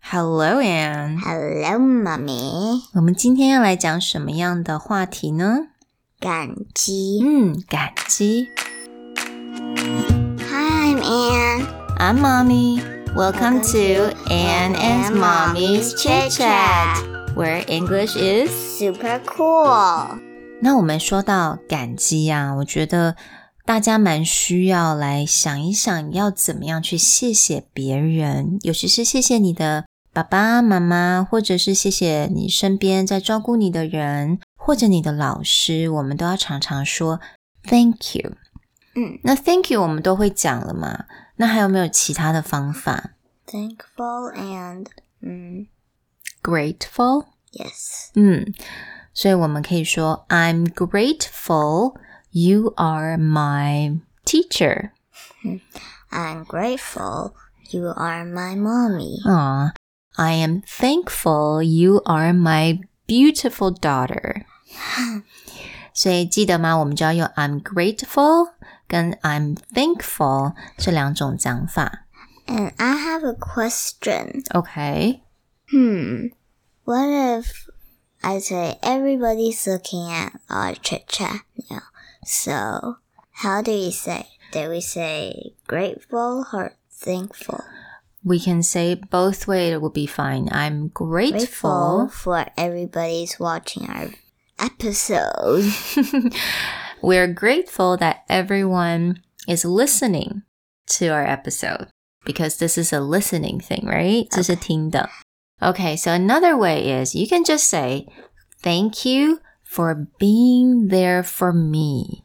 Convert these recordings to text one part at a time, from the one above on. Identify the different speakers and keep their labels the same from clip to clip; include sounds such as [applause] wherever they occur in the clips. Speaker 1: Hello, Anne。
Speaker 2: Hello，妈咪，
Speaker 1: 我们今天要来讲什么样的话题呢？
Speaker 2: 感激。
Speaker 1: 嗯，感激。
Speaker 2: Hi, I'm Anne.
Speaker 1: I'm mommy. Welcome
Speaker 2: Welcome
Speaker 1: to
Speaker 2: to
Speaker 1: Anne and
Speaker 2: Anne and
Speaker 1: Mommy's
Speaker 2: Mommy's
Speaker 1: Chit
Speaker 2: Chit
Speaker 1: Chat,
Speaker 2: Chat,
Speaker 1: where English is.
Speaker 2: Super cool.
Speaker 1: 那我们说到感激啊，我觉得大家蛮需要来想一想，要怎么样去谢谢别人，尤其是谢谢你的爸爸妈妈，或者是谢谢你身边在照顾你的人，或者你的老师，我们都要常常说 Thank you。
Speaker 2: 嗯，
Speaker 1: 那 Thank you 我们都会讲了嘛？那还有没有其他的方法
Speaker 2: Thankful and 嗯
Speaker 1: ？Grateful。
Speaker 2: ，yes.
Speaker 1: 嗯，所以我们可以说 I'm grateful you are my teacher。
Speaker 2: I'm grateful you are my mommy.
Speaker 1: 啊，I am thankful you are my beautiful daughter。所以记得吗？我们就要用 I'm grateful 跟 I'm thankful 这两种讲法。
Speaker 2: And I have a question.
Speaker 1: OK，
Speaker 2: Hmm. What if I say everybody's looking at our chit chat now? So, how do we say? Do we say grateful or thankful?
Speaker 1: we can say both way it would be fine. I'm grateful
Speaker 2: grateful for everybody's watching our episode.
Speaker 1: [laughs] We're grateful that everyone is listening to our episode because this is a listening thing, right? Okay. okay, so another way is you can just say, Thank you for being there for me.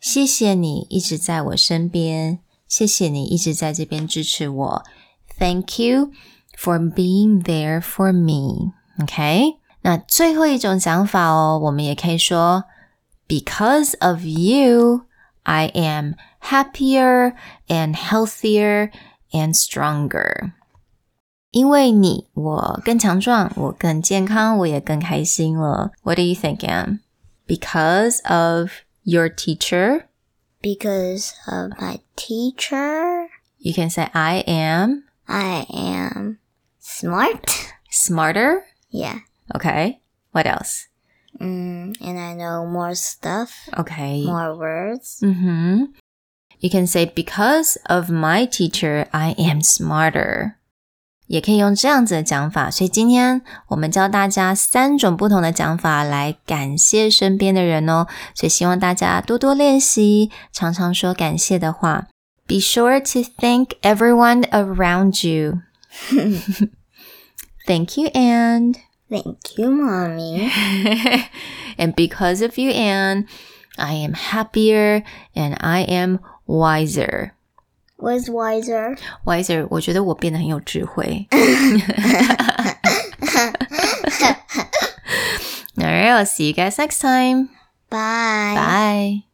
Speaker 1: 谢谢你一直在我身边，谢谢你一直在这边支持我。Thank you for being there for me. OK，那最后一种讲法哦，我们也可以说 Because of you, I am happier and healthier and stronger. 因为你，我更强壮，我更健康，我也更开心了。What do you think, Anne? Because of your teacher,
Speaker 2: Because of my teacher,
Speaker 1: you can say I am
Speaker 2: I am smart.
Speaker 1: smarter.
Speaker 2: Yeah.
Speaker 1: Okay. What else?
Speaker 2: Mm, and I know more stuff,
Speaker 1: Okay.
Speaker 2: more words.
Speaker 1: Mm-hmm. You can say because of my teacher, I am smarter. 也可以用这样子的讲法。所以今天我们教大家三种不同的讲法来感谢身边的人哦。所以希望大家多多练习，常常说感谢的话。Be sure to thank everyone around you. [laughs] Thank you, and.
Speaker 2: Thank you, mommy.
Speaker 1: [laughs] and because of you, Anne, I am happier and I am wiser.
Speaker 2: Was wiser.
Speaker 1: Wiser，我觉得我变得很有智慧。Alright, I'll see you guys next time.
Speaker 2: Bye.
Speaker 1: Bye.